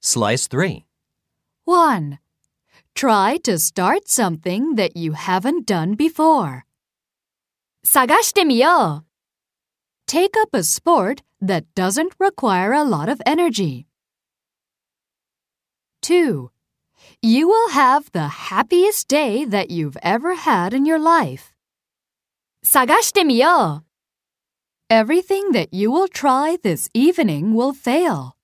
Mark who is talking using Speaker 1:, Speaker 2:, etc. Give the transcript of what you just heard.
Speaker 1: Slice 3.
Speaker 2: 1. Try to start something that you haven't done before. 探してみよう Take up a sport that doesn't require a lot of energy. 2. You will have the happiest day that you've ever had in your life. 探してみよう Everything that you will try this evening will fail.